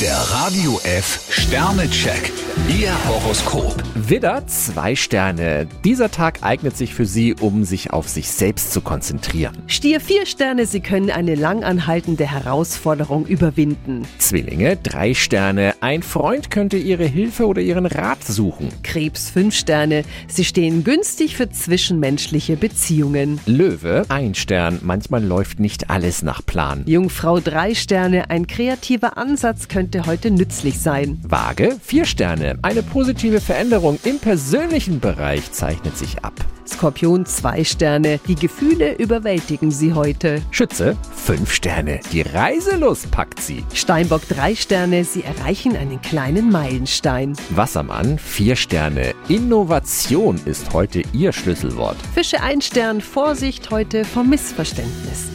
Der Radio F Sternecheck. Ihr Horoskop. Widder, zwei Sterne. Dieser Tag eignet sich für Sie, um sich auf sich selbst zu konzentrieren. Stier vier Sterne, Sie können eine langanhaltende Herausforderung überwinden. Zwillinge, drei Sterne. Ein Freund könnte Ihre Hilfe oder Ihren Rat suchen. Krebs fünf Sterne, Sie stehen günstig für zwischenmenschliche Beziehungen. Löwe, ein Stern. Manchmal läuft nicht alles nach Plan. Jungfrau drei Sterne, ein kreativer Ansatz könnte heute nützlich sein. Waage, vier Sterne. Eine positive Veränderung im persönlichen Bereich zeichnet sich ab. Skorpion zwei Sterne, die Gefühle überwältigen Sie heute. Schütze, fünf Sterne. Die Reiselust packt Sie. Steinbock drei Sterne, Sie erreichen einen kleinen Meilenstein. Wassermann, vier Sterne. Innovation ist heute Ihr Schlüsselwort. Fische ein Stern, Vorsicht heute vor Missverständnissen.